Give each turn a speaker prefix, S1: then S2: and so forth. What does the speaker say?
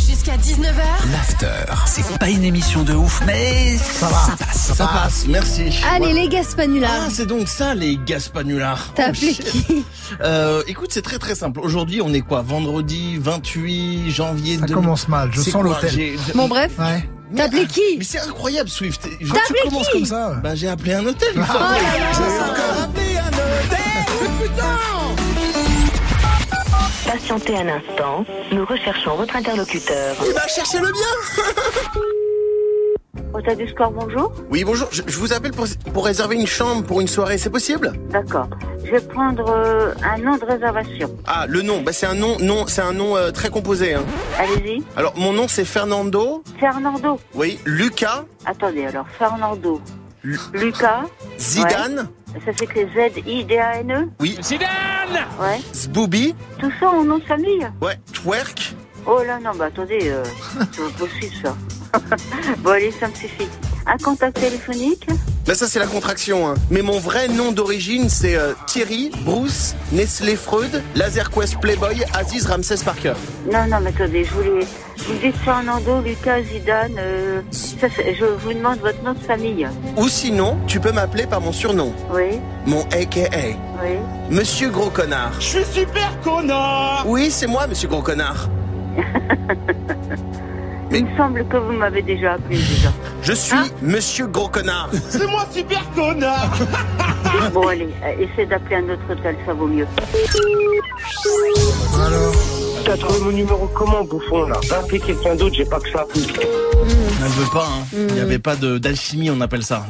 S1: jusqu'à 19h.
S2: L'after, c'est pas une émission de ouf, mais ça va. Ça passe.
S3: Ça passe, merci.
S1: Ah. Allez, les
S3: Ah,
S1: Gaspanulars.
S3: c'est donc ça les gaspanulars.
S1: T'as
S3: Oh,
S1: appelé
S3: shit.
S1: qui
S3: Euh, Écoute, c'est très très simple. Aujourd'hui, on est quoi Vendredi 28 janvier.
S4: Ça
S3: 2000.
S4: commence mal, je
S3: C'est
S4: sens
S3: quoi
S4: l'hôtel.
S3: J'ai-
S1: Bon, bref.
S4: Ouais.
S3: Mais-
S1: T'as appelé qui
S3: Mais c'est incroyable, Swift. Je-
S1: T'as
S3: tu-
S1: appelé
S4: Commence
S1: qui
S4: comme ça.
S3: Bah, j'ai appelé un
S4: Ah.
S3: hôtel. une
S1: Oh
S3: fois.
S1: là là.
S5: Patientez un instant, nous recherchons votre interlocuteur.
S3: Il va chercher Bah, le bien.
S5: Hôtel du Score, bonjour.
S3: Oui, bonjour. Je, je vous appelle pour, pour réserver une chambre pour une soirée. C'est possible
S5: D'accord. Je vais prendre euh, un nom de réservation.
S3: Ah, le nom. Bah, c'est un nom, nom c'est un nom euh, très composé. hein.
S5: Allez-y.
S3: Alors, mon nom, c'est Fernando.
S5: Fernando.
S3: Oui, Lucas,
S5: Attendez alors, Fernando.
S3: Lu-
S5: Lucas.
S3: Zidane.
S5: Ça s'écrit Z-I-D-A-N-E.
S3: Oui,
S5: E? Ouais.
S3: Zbooby.
S5: Tout ça en nom de famille.
S3: Ouais, Twerk.
S5: Oh là non, bah attendez, euh, c'est pas possible ça. bon allez, ça me suffit. Un contact téléphonique.
S3: Bah ça c'est la contraction. Hein. Mais mon vrai nom d'origine c'est euh, Thierry, Bruce, Nestlé Freud, Laser Quest Playboy, Aziz Ramsès Parker.
S5: Non, non, mais attendez, je voulais. Vous dites Fernando, Lucas, Zidane. euh, ça, c'est- je vous demande votre nom de famille.
S3: Ou sinon, tu peux m'appeler par mon surnom,
S5: Oui,
S3: mon AKA,
S5: oui.
S3: Monsieur Gros Connard. Je suis super connard Oui, c'est moi Monsieur Gros Connard. Mais-
S5: Il me semble que vous m'avez déjà appelé déjà.
S3: Je suis Monsieur Gros Connard.
S5: bon, allez, euh, essayez d'appeler un autre hôtel, ça vaut mieux.
S4: Alors,
S6: T'as trouvé mon numéro comment, bouffon, là Va appeler quelqu'un d'autre, j'ai pas que ça.
S3: Elle veut pas, hein. Il n'y avait pas d'alchimie, on appelle ça.